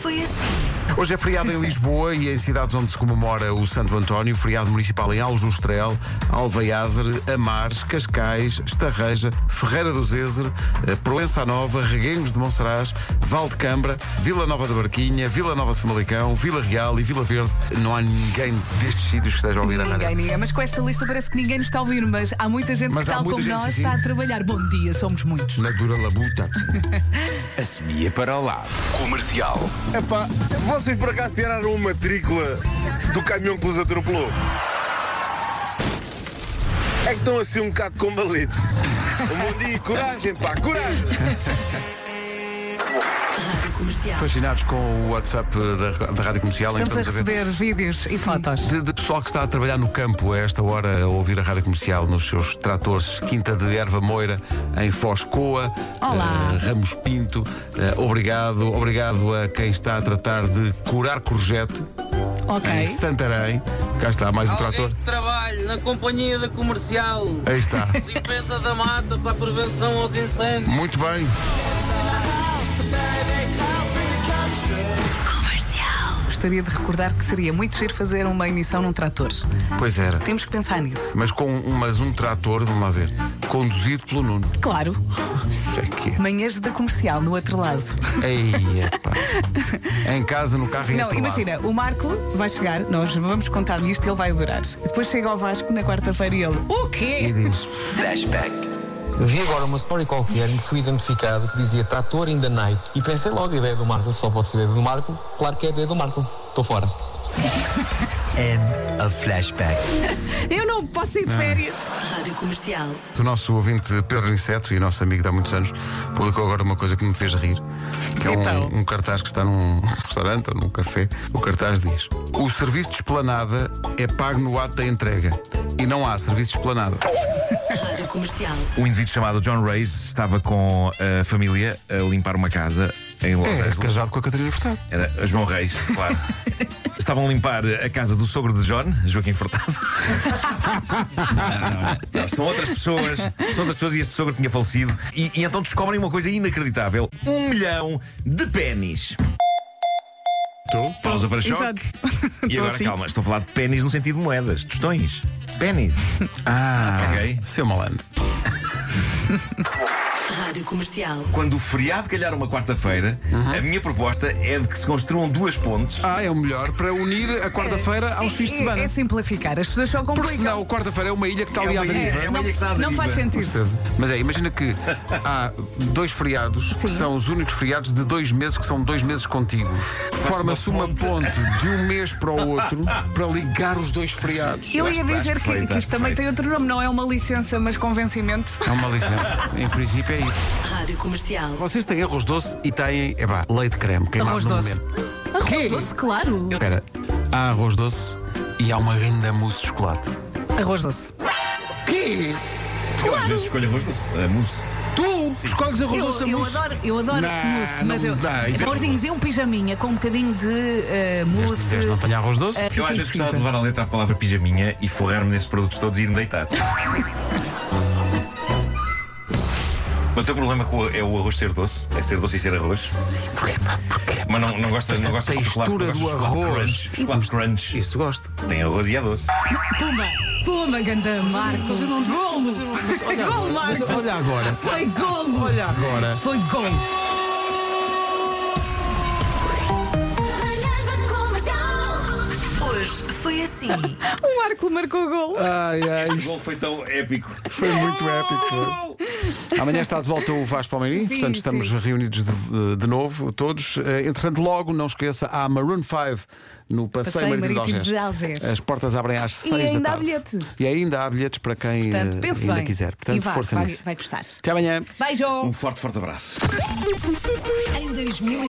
foi assim. Hoje é feriado em Lisboa e em cidades onde se comemora o Santo António, feriado municipal em Aljustrel, Alveiazer, Amares, Cascais, Estarreja, Ferreira do Zezer, eh, Proença Nova, Reguengos de Monsaraz, Val de Cambra, Vila Nova da Barquinha, Vila Nova de Famalicão, Vila Real e Vila Verde. Não há ninguém destes sítios que esteja a ouvir a Ninguém, rádio. ninguém. Mas com esta lista parece que ninguém nos está a ouvir, mas há muita gente Mas que, há tal muita como gente, nós, sim. está a trabalhar. Bom dia, somos muitos. Na dura labuta. Assumia para o lado. Comercial. Epá, vocês por acaso tiraram uma matrícula do caminhão que vos atropelou? É que estão assim um bocado combalidos. Um bom dia, coragem, pá, coragem! Fascinados com o WhatsApp da, da Rádio Comercial. Estamos a entramos então ver- receber vídeos e fotos. de, de pessoal que está a trabalhar no campo a esta hora a ouvir a rádio comercial nos seus tratores Quinta de Erva Moira em Foscoa, Olá. eh, Ramos Pinto. eh, obrigado, obrigado a quem está a tratar de curar corjete em Ok. Santarém. Cá está mais um Alguém trator. que trabalhe na companhia da comercial. Aí está. Limpeza da mata para prevenção aos incêndios. Muito bem. Gostaria de recordar que seria muito giro fazer uma emissão num trator. Pois era. Temos que pensar nisso. Mas com um- mas um trator, vamos lá ver, conduzido pelo Nuno. Claro. Isso é que é. Manhãs da comercial no atrelado. Ei, epá. Em casa, no carro e Não, atolado. imagina, o Marco vai chegar, nós vamos contar-lhe isto e ele vai adorar. Depois chega ao Vasco na quarta-feira e ele, o E quê? diz, Vi agora uma story qualquer em que fui identificado que dizia Trator in the Night e pensei logo, ideia do Marco, só pode ser ideia do Marco, claro que é ideia do Marco, estou fora. a flashback. Eu não posso Ah. ir de férias. Rádio Comercial. O nosso ouvinte Pedro Niceto e nosso amigo de há muitos anos publicou agora uma coisa que me fez rir. Que é um, Então. um cartaz que está num restaurante ou num café. O cartaz diz: O serviço de esplanada é pago no ato da entrega. E não há serviço de esplanada. Rádio Comercial. Um indivíduo chamado John Reyes estava com a família a limpar uma casa em Los És Angeles. É, casado com a Catarina Furtado. Era João Reis, claro. Estavam a limpar a casa do sogro de John, Joaquim Furtado. Não, não, não. Não, São outras pessoas, são outras pessoas e este sogro tinha falecido. E, e então descobrem uma coisa inacreditável: um milhão de pênis. Tu? Pausa para Exato. choque. E Estou agora assim. calma, estou a falar de pênis no sentido de moedas, tostões. Pênis. Ah, Ok. seu malandro. Rádio Comercial. Quando o feriado calhar uma quarta-feira, a minha proposta é de que se construam duas pontes. Ah, é o melhor para unir a quarta-feira aos fins de É, semana. é simplificar, as pessoas só Porque senão, complicam. a quarta-feira é uma ilha que está ali à uma ilha, deriva. é uma não, ilha que está à não deriva. faz Com sentido. certeza. Mas é, imagina que há dois feriados que são os únicos feriados de dois meses que são dois meses contíguos. Forma-se uma uma ponte. de um mês para o outro para ligar os dois feriados. Eu acho- ia acho dizer que, perfeito, que isto acho também perfeito. tem outro nome, não é uma licença, mas convencimento. É uma licença. Em princípio é isso. Rádio Comercial. Vocês têm arroz doce e têm epá, leite creme queimado Arroz no doce. momento. Arroz doce, claro. Espera, há arroz doce e há uma grande mousse de chocolate. Arroz doce. Quê? Às vezes escolho arroz doce, a mousse. Tu escolhes arroz Eu, doce a eu mousse? adoro, eu adoro Não, mousse, mas não eu. dá, isso é Amorzinhos, e um pijaminha com um bocadinho de eh, Este mousse. É, Deus não tenho arroz doce? Eu às vezes gostava de levar à letra a palavra pijaminha e forrar-me nesses produtos todos e ir-me deitar. Mas o teu problema com o- é o arroz ser doce? É ser doce e ser arroz? Sim, porque. Mas não, não gostas, não gostas de chocolate, textura não gostas do de chocolate arroz. crunch. Chocolate crunch. Isso gosto. Tem arroz e é doce. Pumba! Pumba, ganda Marco! um Golo! Golo, Marco! Olha agora. Foi golo! Olha agora. Foi golo! Hoje foi assim. O Marco marcou golo! Ai, ai, O gol foi tão épico. foi muito épico. Amanhã está de volta o Vasco Palmeirinho, Sim, portanto estamos sim. reunidos de, de novo, todos. Eh, Entretanto, logo, não esqueça, há Maroon 5 no Passeio, Passeio Marítimo, Marítimo de, de Algés. Algés. As portas abrem às 6 ainda da há tarde. bilhetes. E ainda há bilhetes para quem Portanto, eh, pense ainda bem. quiser. e Portanto, vá, força vai, nisso. Um vai gostar. Até amanhã. Beijo! Um forte, forte abraço. Em 2000